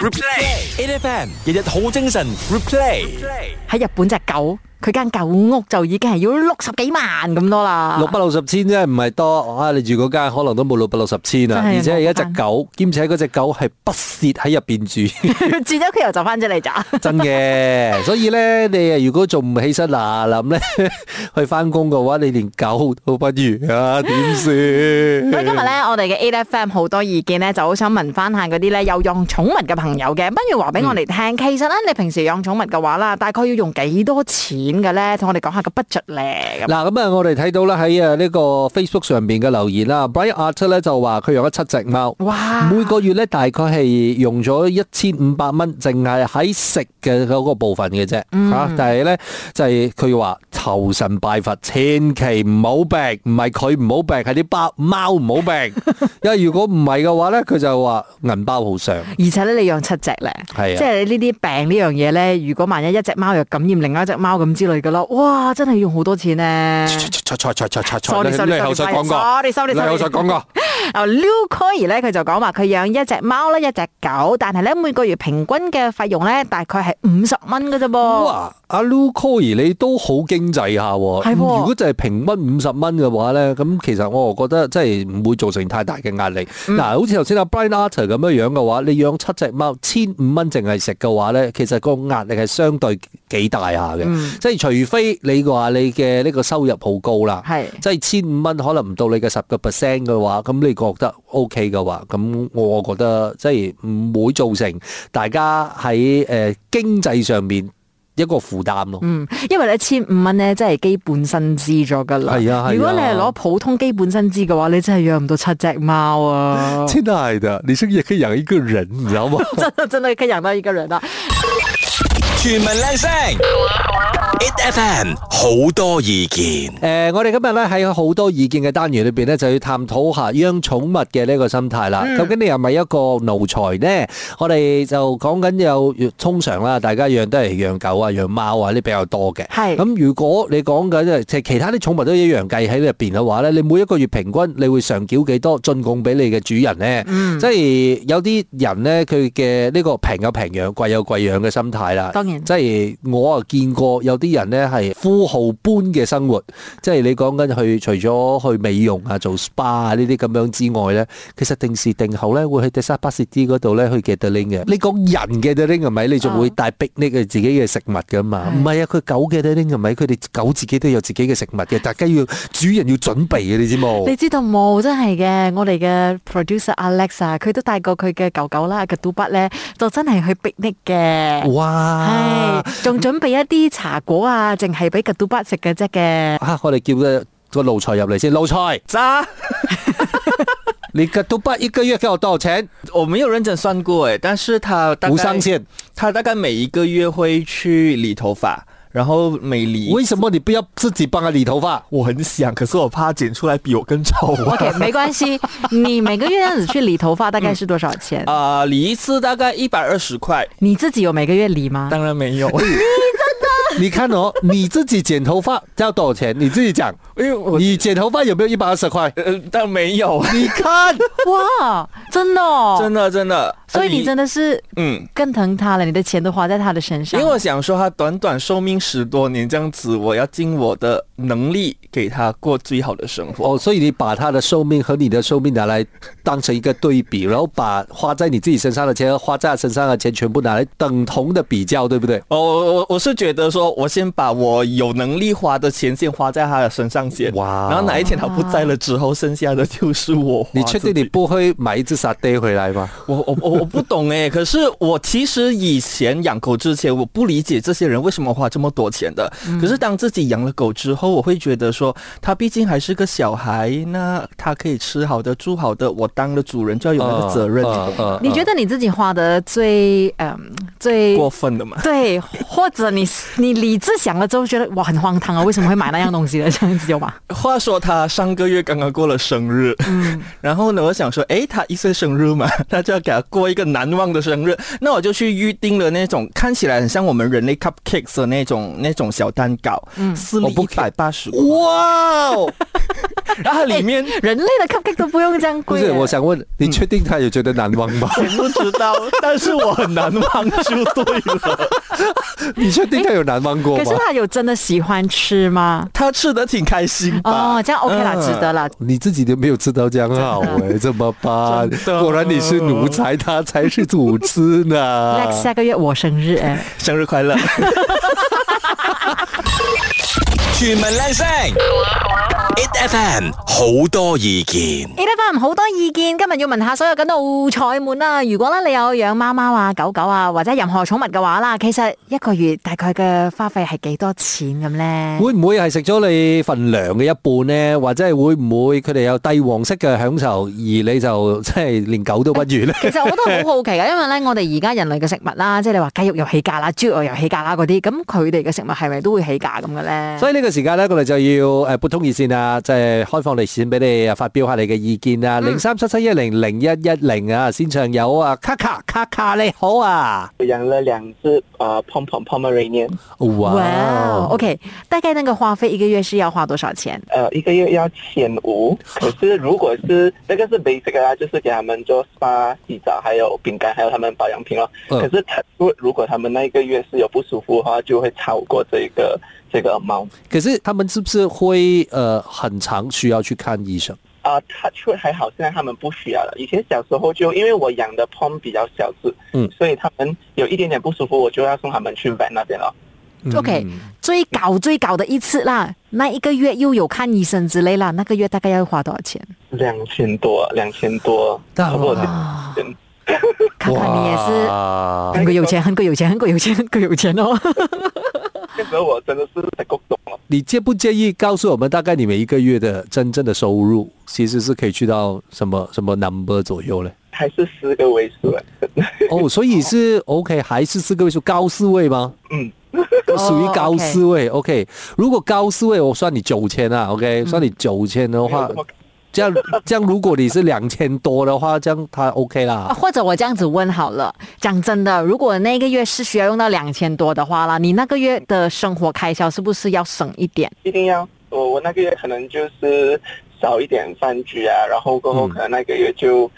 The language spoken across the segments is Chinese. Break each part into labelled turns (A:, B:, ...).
A: replay A F M 日日好精神 replay
B: 喺日本只狗，佢間狗屋就已經係要六十幾萬咁多啦。
C: 六百六十千真係唔係多啊！你住嗰間可能都冇六百六十千啊，
B: 真係
C: 而且係一隻
B: 冇
C: 狗，兼且嗰只狗係不屑喺入邊住，
B: 住咗佢又走翻出嚟咋？
C: 真 嘅。所以咧，你啊如果仲唔起身嗱嗱咧 去翻工嘅話，你連狗都不如啊，點
B: 所以今日
C: 算？
B: 咧，我哋嘅 A F M 好多意見咧，就好想問翻下嗰啲咧有養寵物嘅朋友嘅，不如話俾我哋聽。其實咧，你平時養寵物嘅話啦，大概要用幾多錢嘅咧？同我哋講下個 budget 咧。咁
C: 嗱咁啊，我哋睇到啦喺啊呢個 Facebook 上邊嘅留言啦，Brian Art 咧就話佢養咗七隻貓。
B: 哇，
C: 每個月咧大概係用咗一千五百蚊，淨係喺食嘅嗰個部分嘅啫嚇。但係咧就係佢話求神拜佛，千祈唔好病，唔係佢唔好病，係啲包貓唔好病。因為如果唔係嘅話咧，佢就話銀包好上。
B: 而且咧，你養七隻咧，
C: 係啊
B: 即係呢啲病呢樣嘢咧，如果萬一一隻貓又感染另外一隻貓咁之類嘅咯，哇，真係用好多錢咧。sorry sorry
C: 你
B: sorry
C: 後生
B: sorry
C: 講過，
B: sorry sorry
C: 你
B: sorry
C: 後生講過。
B: 啊 l u c o y 咧，佢就講話佢養一隻貓啦，一隻狗，但係咧每個月平均嘅費用咧，大概係五十蚊嘅啫噃。
C: 哇！阿 Lu Coy 你都好經濟下喎，
B: 係喎
C: 如果就係平均五十蚊嘅話咧，咁其實我覺得真係唔會造成太大嘅壓力。嗱、好似頭先阿 Brian Arthur 咁樣樣嘅話，你養七隻貓，千五蚊淨係食嘅話咧，其實個壓力係相對幾大下嘅。即係除非你話你嘅呢個收入好高啦，
B: 係
C: 即係千五蚊可能唔到你嘅十個 percent 嘅話，咁你覺得 OK 嘅話，咁我覺得即係唔會造成大家喺誒、呃、經濟上面一個負擔咯。
B: 嗯，因為咧千五蚊咧，真係基本薪資咗噶啦。
C: 係啊係啊！
B: 如果你係攞普通基本薪資嘅話，你真係養唔到七隻貓啊
C: 親愛的，你是也可以養一個人，你知道嗎？
B: 真係真係可以養到一個人啊啦。
A: 全民靚聲，A F M 好多意見
C: 誒、我哋今日咧喺好多意見嘅單元裏邊咧，就要探討下養寵物嘅呢個心態啦。究竟你係咪一個奴才呢？我哋就講緊有通常啦，大家養都係養狗啊、養貓啊啲比較多嘅。
B: 係
C: 咁，如果你講緊即係其他啲寵物都一樣計喺入邊嘅話咧，你每一個月平均你會上繳幾多進貢俾你嘅主人呢？即係有啲人呢，佢嘅呢個平有平養，貴有貴養嘅心態啦。
B: 當然
C: 即係我啊見過有啲人咧係富豪般嘅生活，即係你講緊去除咗去美容啊、做 SPA 啊呢啲咁樣之外咧，其實定時定候咧會去迪沙巴士啲嗰度咧去 gathering 嘅。你講人 gathering 係咪？你仲會帶 picnic 嘅自己嘅食物噶嘛？
B: 啊係
C: 唔係啊，佢狗 gathering 係咪？佢哋狗自己都有自己嘅食物嘅，大家要主人要準備嘅，你知冇？
B: 你知道冇？真係嘅，我哋嘅 producer Alex 啊，佢都帶過佢嘅狗狗啦，嘅杜筆咧，就真係去 picnic 嘅。
C: 哇！
B: 系，仲準備一啲茶果啊，淨係俾格杜巴食嘅啫嘅。
C: 啊，我哋叫個個奴才入嚟先，奴才
D: 渣，
C: 你嘅都不一個月給我多少錢？
D: 我没有认真算过哎，但是他大概
C: 無上限。
D: 他大概每一个月会去理头发，然后每理
C: 为什么你不要自己帮他理头 发？
D: 我很想，可是我怕剪出来比我更丑啊。
B: OK，没關 係，你每個月這樣子去理頭髮大概是多少錢？
D: 啊、理一次大概一百二十块，
B: 你自己有每個月理嗎？
D: 当然没有，
C: 你看哦，你自己剪头发要多少钱？你自己讲，
D: 因为我
C: 你剪头发有没有一百二十块？
D: 呃，但没有，
C: 你看，
B: 哇，真的、哦，
D: 真的真的，
B: 所以你真
D: 的
B: 的是
D: 嗯。
B: 更疼他了，你的錢都花在他的身
D: 因
B: 上。
D: 为我想说，他短短寿命十多年这样子，我要尽我的能力给他过最好的生活。
C: 哦，所以你把他的寿命和你的寿命拿来当成一个对比，然后把花在你自己身上的钱和花在他身上的钱全部拿来等同的比较，对不对？
D: 哦，我我我是觉得说，我先把我有能力花的钱先花在他的身上先，
C: 哇
D: 哇！然后哪一天他不在了之后，剩下的就是我花
C: 你确定
D: 自己
C: 你不会买一只沙爹回来吗？
D: 我我我我不懂哎，可是我其实以前养狗之前，我不理解这些人为什么花这么多钱的。可是当自己养了狗之后，我会觉得说，他毕竟还是个小孩，那他可以吃好的、住
C: 嗯呃
B: 呃
D: 好的，我当了主人就要有那个责任。
C: 嗯嗯嗯
B: 你觉得你自己花的最嗯最
D: 过分的嘛。
B: 对，或者你你理智想了之后觉得哇很荒唐啊，为什么会买那样东西呢？这样子有吗？
D: 话说他上个月刚刚过了生日，
B: 嗯
D: 然后呢，我想说，诶，他一岁生日嘛， 那就要给他过一个难忘的生日。那我就去预定了那种看起来很像我们人类 cupcakes 的那种那种小蛋糕，
B: 嗯
D: 四粒
C: 我不
D: 一百八十，哇哦！ 然后它里面
B: 人类的 cupcake 都不用这样
C: 不
B: 贵耶。啊
C: 是，我想问，你确定他有觉得难忘 吗？
D: 我不知道，但是我很难忘就对了。
C: 你确定他有难忘过
B: 可
C: 吗
B: 是？他有真的喜欢吃吗？
D: 他吃的挺开心吧？
B: 哦，这样 OK 啦，
D: 嗯
B: 值得啦。
C: 你自己都没有吃到这样好哎、怎么办
D: 真？的
C: 果然你是奴才，他才是主子呢。
B: Lex 下个月我生 日哎，
D: 生日快乐！
A: 全民靚聲，it FM 好多意見。
B: A. F. M 好多意見，今日要問下所有嘅奴才們啦。如果咧你有養貓貓啊、狗狗啊，或者任何寵物嘅話啦，其實一個月大概嘅花費係幾多錢咁咧？
C: 會唔會係食咗你份糧嘅一半呢？或者係會唔會佢哋有帝王式嘅享受，而你就即係連狗都不如呢？
B: 其實我都好好奇嘅，因為咧我哋而家人類嘅食物啦，即係你話雞肉又起價啦、豬肉又起價啦嗰啲，咁佢哋嘅食物係咪都會起價咁嘅咧？
C: 所以呢個時間呢，我哋就要誒撥通熱線啊，即係開放熱線俾你啊，發表下你嘅意見啊，零三七七一零零一一零啊，線上有啊，卡卡卡卡你好啊，
E: 我养了两只呃 pom pom pomeranian，
C: 哇
B: 哇，OK，大概那個花費一個月是要花多少錢？
E: 呃，一个月要千五。可是如果是那个是 basic 的啦，就是给他们做 SPA、洗澡，还有饼干，还有他们保养品哦。
C: 嗯
E: 可是他如如果他们那一个月是有不舒服的话，就会超过这个这个 amount。
C: 可是他们是不是会呃很常需要去看医生？
E: 啊、他出还好，现在他们不需要了。以前小时候就因为我养的 pom 比较小只，
C: 嗯
E: 所以他们有一点点不舒服，我就要送他们去 vet 那边了。
C: 嗯
B: OK，最搞最搞的一次啦，那一个月又有看医生之类啦，那个月大概要花多少钱？
E: 两千多，两千多，
C: 大
E: 差不多
C: 了
E: 这
B: 啊，
E: 样。
B: 看看你也是
C: 哇
B: 很鬼有钱，很鬼有钱，很鬼有钱，很鬼有钱 哦。
E: 那时候我真的是太够懂了。
C: 你介不介意告诉我们大概你每一个月的真正的收入其实是可以去到什么什么 number 左右 嘞？
E: 还是四个位数哎，
C: 哦，所以是 OK 还是四个位数高四位吗？
E: 嗯，
C: 属于
B: 哦
C: 高
B: OK 嗯
C: 四位。OK，如果高四位，我算你九千啊。OK，算你九千的话
E: 没有这么，
C: 这样这样，如果你是两千多的话，这样他 OK
B: 啊
C: 啦。
B: 或者我这样子问好了，讲真的，如果那个月是需要用到两千多的话啦，你那个月的生活开销是不是要省一点？
E: 一定要我我那个月可能就是少一点饭局啊，然后过后
C: 嗯
E: 可能那个月就、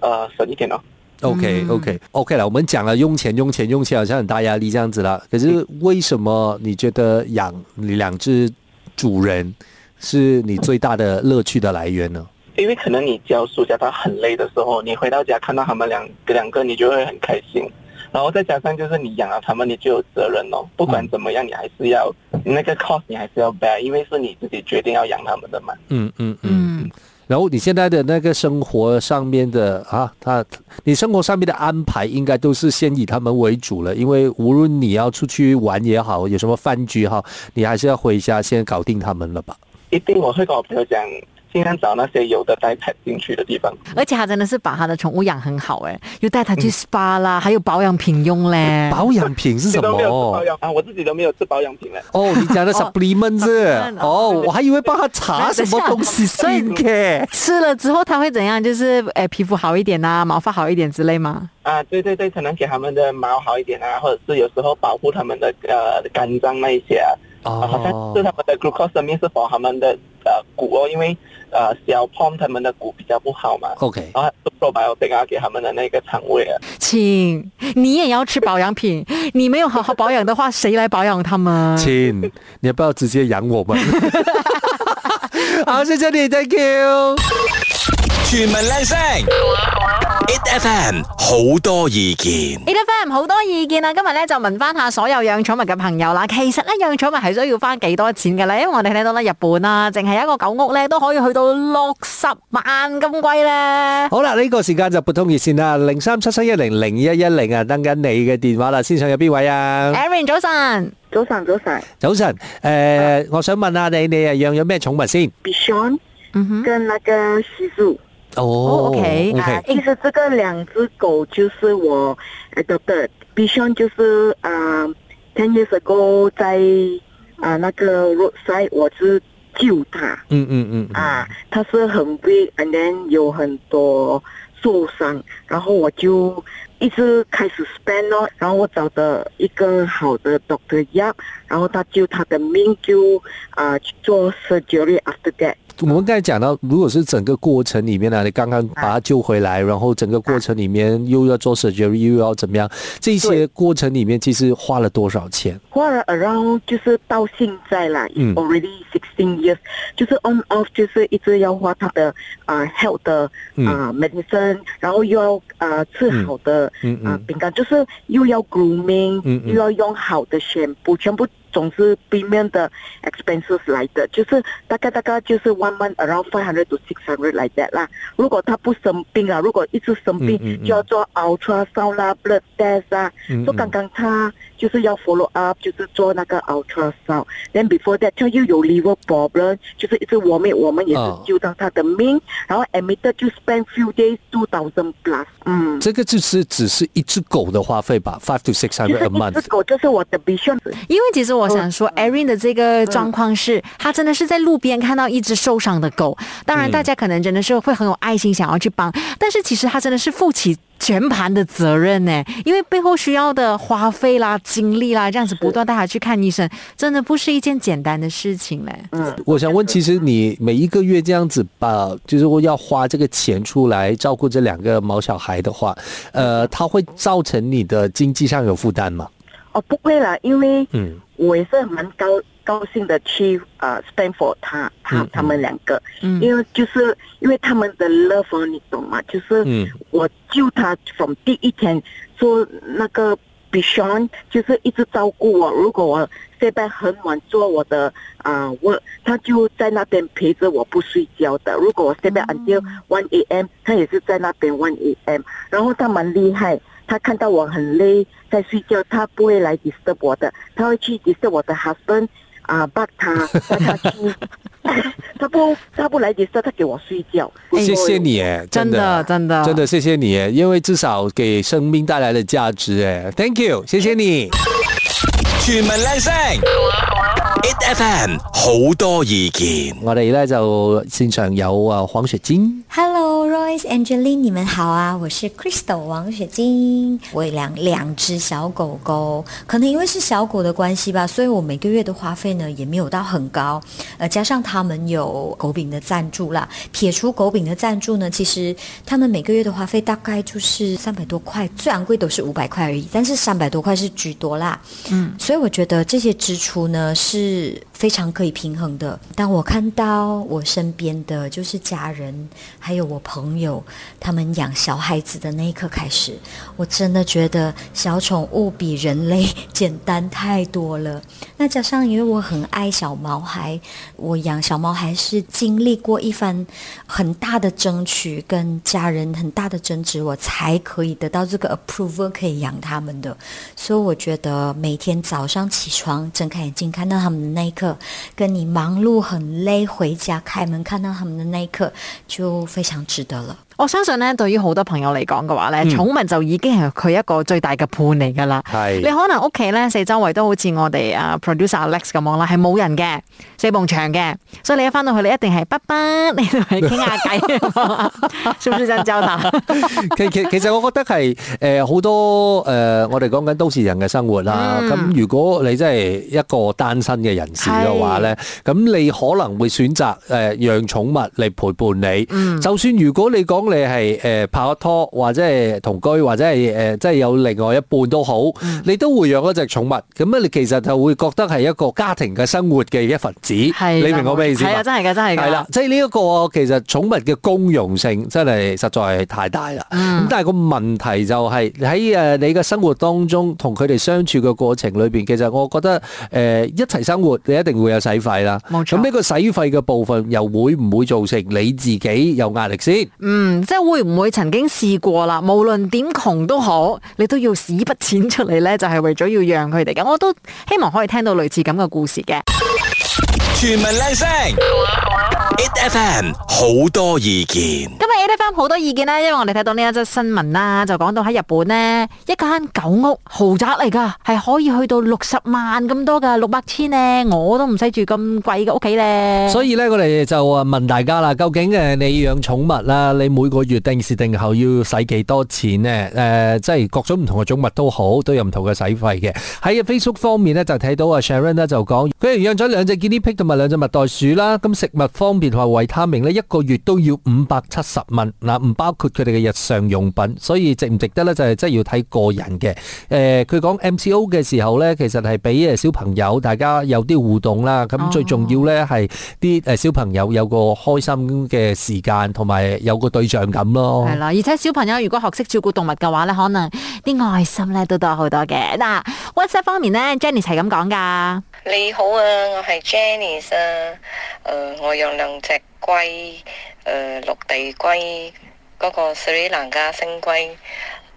E: 呃省一点哦。
C: OK
B: 嗯
C: OK OK 了，我们讲了用钱用钱用钱，好像很大压力这样子啦。可是为什么你觉得养你两只主人是你最大的乐趣的来源呢？
E: 因为可能你教书教到很累的时候，你回到家看到他们两两个，你就会很开心。然后再加上就是你养了他们，你就有责任哦。不管怎么样，你还是要那个 cost 你还是要 bear，因为是你自己决定要养他们的嘛。
C: 嗯嗯嗯。
B: 嗯，
C: 然后你现在的那个生活上面的啊，他你生活上面的安排应该都是先以他们为主了，因为无论你要出去玩也好，有什么饭局也好，你还是要回家先搞定他们了吧？
E: 一定我会跟我朋友讲，尽量找那些有的带 pet 进去的地方。
B: 而且他真的是把他的宠物养很好哎、又带他去 SPA 啦，还有保养品用 嘞。
C: 保养品是
E: 你
C: 什
E: 都没有吃
C: 么
E: 保？养啊？我自己都没有吃保养品了。
C: 哦，你讲的 supplement 是
B: supplement，
C: 哦，
B: 哦
C: 我还以为帮他查什么东 西
B: 所以
C: skincare
B: 吃了之后他会怎样？就是诶、皮肤好一点啊，毛发好一点之类吗？
E: 啊，对对对，可能给他们的毛好一点啊，或者是有时候保护他们的呃肝脏那一些啊，啊好像
C: 哦
E: 是他们的 glucosamine 是否他们的呃骨哦，因为呃小 pom 他们的骨比较不好嘛，
C: ，OK，
E: 然后 probiotic 啊给他们的那个肠胃啊，
B: 亲，你也要吃保养品，你没有好好保养的话，谁来保养他们？
C: 亲，你要不要直接养我们？ 好，谢谢你，Thank you。
A: 全民靚聲，it FM 好多意見。
B: A. F. M 好多意見啊！今日咧就問翻下所有養寵物嘅朋友啦。其實咧養寵物係需要花幾多錢嘅咧？因為我哋睇到啦，日本啊，淨係一個狗屋咧都可以去到六十萬咁貴咧。
C: 好啦，呢、個時間就撥通熱線啦，零三七七一零零一一零啊，等緊你嘅電話啦。先上有邊位啊？
B: Aaron 早晨，
F: 早晨，早晨
C: 早晨，诶、我想問下你，你啊養咗咩寵物先？
F: ，Bishon
B: 嗯哼，
F: 跟那个 Shizu，
C: 哦
B: 哦，OK，
F: 啊，其实这个两只狗就是我 adopted。b i s h o n 就是啊、t e n years ago 在啊、那个 roadside 我是救它
C: 嗯嗯嗯嗯，
F: 啊，它是很 weak，and then 有很多受伤，然后我就一直开始 spend 咯，然后我找的一个好的 doctor 药，然后他救他的命就啊、去做 surgery after that。
C: 我们刚才讲到，如果是整个过程里面呢、你刚刚把它救回来，然后整个过程里面又要做 surgery，又要怎么样，这些
F: 对
C: 过程里面其实花了多少钱？
F: 花了 around 就是到现在啦、
C: 嗯
F: a l r e a d y sixteen years，就是 on off 就是一直要花他的啊、health 的
C: 嗯
F: 啊、medicine，然后又要啊、吃好的啊、
C: 嗯嗯
F: 饼干，就是又要 grooming，、
C: 嗯嗯
F: 又要用好的宣布，全部总是 premium 的 expenses 来的，就是大概大概就是 one month around five hundred to six hundred 来的啦。如果他不生病啊，如果一直生病，
C: 嗯嗯嗯
F: 就要做 ultrasound 啦、blood test 啊。
C: 嗯
F: 就刚刚他就是要 follow up，就是做那个 ultrasound。Then before that，他又有 liver problem，就是一直我们我们也是
C: 哦
F: 救到他的命然后 admitted 就 spend few days two thousand plus，嗯。
C: 这个就是只是一只狗的花费吧，five to six
F: 就
C: hundred
F: 是
C: a
F: 一
C: month
F: 只。狗，就是我的 vision，
B: 因为其实我想说，Erin 的这个状况是，她真的是在路边看到一只受伤的狗。当然，大家可能真的是会很有爱心，想要去帮，但是其实她真的是负起全盘的责任呢，因为背后需要的花费啦、精力啦，这样子不断带她去看医生，真的不是一件简单的事情嘞。
F: 嗯
C: 我想问，其实你每一个月这样子把，就是我要花这个钱出来照顾这两个毛小孩的话，呃，它会造成你的经济上有负担吗？
F: 哦，不会啦，因为
C: 嗯
F: 我也是蛮高高兴的去呃 spend for 他他
C: 嗯
F: 他们两个，
B: 嗯
F: 因为就是因为他们的 love 哦你懂吗？就是
C: 嗯
F: 我救他 from 第一天说那个 Bishon 就是一直照顾我，如果我下班很晚做我的啊、我 work，他就在那边陪着我不睡觉的。如果我下班 until one a.m，他也是在那边 one a.m，然后他蛮厉害。他看到我很累在睡觉，他不会来 disturb 我的，他会去 disturb 我的 husband 啊、抱他，带他去， 他不他不来 disturb，他给我睡觉。
C: 谢谢你，哎，
B: 真
C: 的
B: 的，真的
C: 真的谢谢你，哎因为至少给生命带来了价值，哎，Thank you，谢谢你。
A: 全民靓声，it FM 好多意见。
C: 我哋咧就现场有啊黄雪晶，
G: Hello Royce Angeline，你们好啊，我是 Crystal 王雪晶，我有两两只小狗狗，可能因为是小狗的关系吧，所以我每个月的花费呢也没有到很高，呃，加上他们有狗饼的赞助啦，撇除狗饼的赞助呢，其实他们每个月的花费大概就是三百多块，最昂贵都是五百块而已，但是三百多块是居多啦，嗯，所以我觉得这些支出呢是非常可以平衡的。当我看到我身边的就是家人，还有我朋友，他们养小孩子的那一刻开始，我真的觉得小宠物比人类 简单太多了。那加上因为我很爱小毛孩，我养小毛孩是经历过一番很大的争取，跟家人很大的争执，我才可以得到这个 approval 可以养他们的。所以我觉得每天早上起床睁开眼睛看到他们的那一刻，跟你忙碌很累回家开门看到他们的那一刻，就非常值得了。
B: 我相信咧，對於好多朋友嚟講嘅話咧，
C: 嗯
B: 寵物就已經係佢一個最大嘅伴嚟㗎啦。
C: 係
B: 你可能屋企咧四周圍都好似我哋啊 producer Alex 咁講啦，係冇人嘅，四埲牆嘅，所以你一翻到去，你一定係爸爸，你同佢傾下 偈，是不是真交談？
C: 其其其實我覺得係誒好多誒、呃我哋講緊都市人嘅生活啦。
B: 嗯
C: 咁、如果你真係一個單身嘅人士嘅話咧，咁你可能會選擇誒、呃、讓寵物嚟陪伴你。
B: 嗯
C: 就算如果你講你係誒拍咗拖或者係同居或者係誒、呃即係有另外一半都好，
B: 嗯
C: 你都會養一隻寵物。咁啊，你其實就會覺得係一個家庭嘅生活嘅一份子。你
B: 係啦
C: 明我咩意思嘛
B: 係啊，真係㗎，真係㗎。
C: 係啦，即係呢一個其實寵物嘅公用性真係實在係太大啦。咁、但係個問題就係喺誒你嘅生活當中，同佢哋相處嘅過程裏邊，其實我覺得誒、呃一齊生活你一定會有使費啦。
B: 冇錯
C: 咁呢個使費嘅部分又會唔會造成你自己有壓力先？
B: 嗯，即係會唔會曾經試過啦？無論點窮都好，你都要使筆錢出嚟咧，就係為咗要讓佢哋嘅。我都希望可以聽到類似咁嘅故事嘅。
A: 全民靚聲，it FM 好多意見。
B: 今日 A F M 好多意見咧，因為我哋睇到呢一則新聞啦，就講到喺日本呢，一間狗屋豪宅嚟㗎，係可以去到六十萬咁多㗎，六百千呢，我都唔使住咁貴嘅屋企咧。
C: 所以咧，我哋就啊問大家啦，究竟誒你養寵物啦，你每個月定時定候要使幾多錢呢？誒、即係各種唔同嘅寵物都好，都有唔同嘅使費嘅。喺 Facebook 方面咧，就睇到啊 Sharon 咧就講，佢養咗兩隻 guinea pig 同埋兩隻蜜袋鼠啦。咁食物方面同埋維他命咧，一個月都要五百七十蚊嗱，唔包括佢哋嘅日常用品，所以值唔值得咧，就係真係要睇個人嘅。誒、佢講 MCO 嘅時候咧，其實係俾誒小朋友大家有啲互動啦。咁最重要咧係啲誒小朋友有個開心嘅時間，同埋有個對象感咯。
B: 係啦，而且小朋友如果學識照顧動物嘅話咧，可能啲愛心咧都多好多嘅。嗱，WhatsApp 方面咧，Jenny 係咁講㗎。
H: 你好啊，我係 Jenny 啊，誒、我養兩隻龜，誒、陸地龜，嗰、個斯里蘭卡星龜，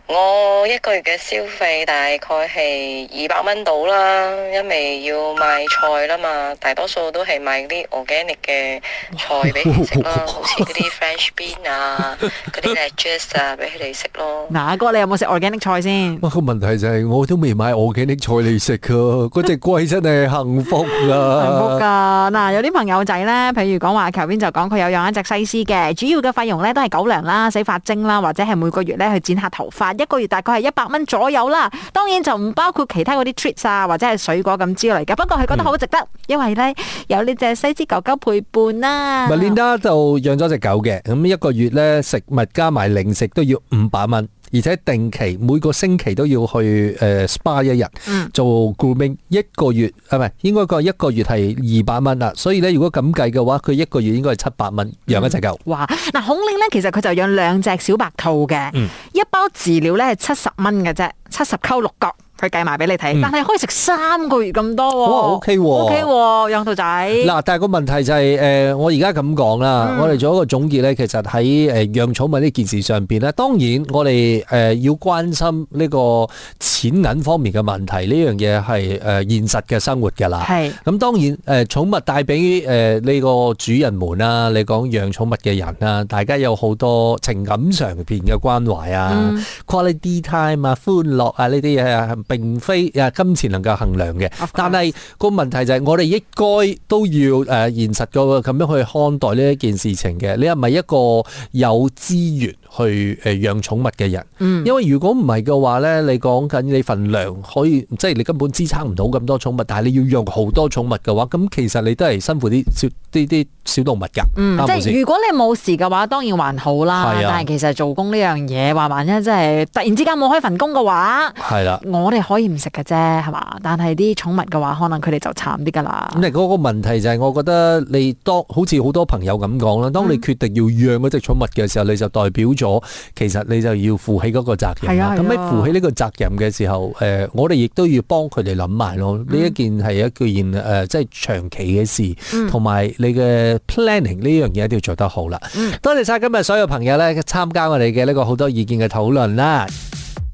H: 我一個月嘅消費大概係二百蚊到啦，因為要買菜啦嘛，大多數都係買啲 organic 嘅菜俾佢食啦，好似嗰啲 French bean 啊，嗰啲 lettuce 啊，俾佢哋食咯。
B: 嗱，阿哥你有冇食 organic 菜先？
C: 哇！個問題就係我都未買我嘅啲菜嚟食 㗎，嗰只龜真係幸福
B: 幸福
C: 啊！
B: 噶嗱，有啲朋友仔咧，譬如講話求邊就講佢有養一隻西施嘅，主要嘅費用咧都係狗糧啦、洗髮精啦，或者係每個月咧去剪下頭髮，一個月大概係一百蚊左右啦。當然就唔包括其他嗰啲 treats 啊，或者係水果咁之類嘅。不過佢覺得好值得，因為咧有呢隻西施狗狗陪伴啦。
C: Melinda 就養咗只狗嘅，咁一個月咧食物加埋零食都要五百蚊。而且定期每個星期都要去誒、呃 SPA 一日、
B: 嗯
C: 做 grooming，一個月啊唔係應該講一個月係二百蚊啦，所以咧如果咁計嘅話，佢一個月應該係七百蚊養一隻狗。
B: 哇！嗱，孔令咧，其實佢就養兩隻小白兔嘅，
C: 嗯
B: 一包飼料咧係七十蚊嘅啫，七十溝六角，佢計埋俾你睇，但係可以食三個月咁多喎。
C: 嗯哇，OK 喎
B: o k 喎，養兔仔。嗱，
C: 嗱，但係個問題就係、呃我而家咁講啦，我哋做一個總結咧，其實喺誒、呃、養寵物呢件事上邊咧，當然我哋誒、呃要關心呢個錢銀方面嘅問題，呢樣嘢係誒現實嘅生活㗎啦。
B: 係
C: 咁當然誒、呃、寵物帶俾誒呢個主人們啦，你講養寵物嘅人啦，大家有好多情感上邊嘅關懷啊、quality
B: 嗯
C: time 啊、歡樂啊呢啲嘢啊，並非啊金錢能夠衡量嘅
B: Of course。
C: 但係個問題就係我哋應該都要誒、呃、現實個咁樣去看待呢一件事情嘅。你係咪一個有資源去誒養寵物嘅人？
B: 嗯
C: 因為如果唔係嘅話咧，你講緊你份糧可以，即係你根本支撐唔到咁多寵物，但係你要養好多寵物嘅話，咁其實你都係辛苦啲小啲啲小動物㗎，
B: 嗯
C: 啱唔
B: 即
C: 啱先
B: 係如果你冇事嘅話，當然還好啦。
C: 係啊
B: 但係其實做工呢樣嘢，話萬一真係突然之間冇開份工嘅話，
C: 係啦。
B: 我哋可以唔食嘅啫，係嘛？但係啲寵物嘅話，可能佢哋就慘啲㗎啦
C: 咁。你嗰個問題就係，我覺得你當好似好多朋友咁講啦，
B: 嗯
C: 當你決定要養嗰只寵物嘅時候，你就代表咗其實你就要負起嗰個責任
B: 係啊
C: 啦。咁
B: 係
C: 你
B: 啊
C: 負起呢個責任嘅時候，誒、我哋亦都要幫佢哋諗埋咯。
B: 嗯
C: 呢一件係一件誒、即係長期嘅
B: 嗯
C: 事，同埋、你嘅 planning 呢樣嘢一定要做得好啦。
B: 嗯
C: 多謝晒今日所有朋友咧參加我哋嘅呢個好多意見嘅討論啦。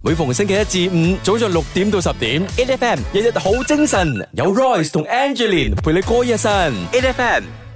A: 每逢星期一至五，早上六點到十點，it FM 日日好精神，有 Royce 同 Angeline 陪你過一晨，it FM。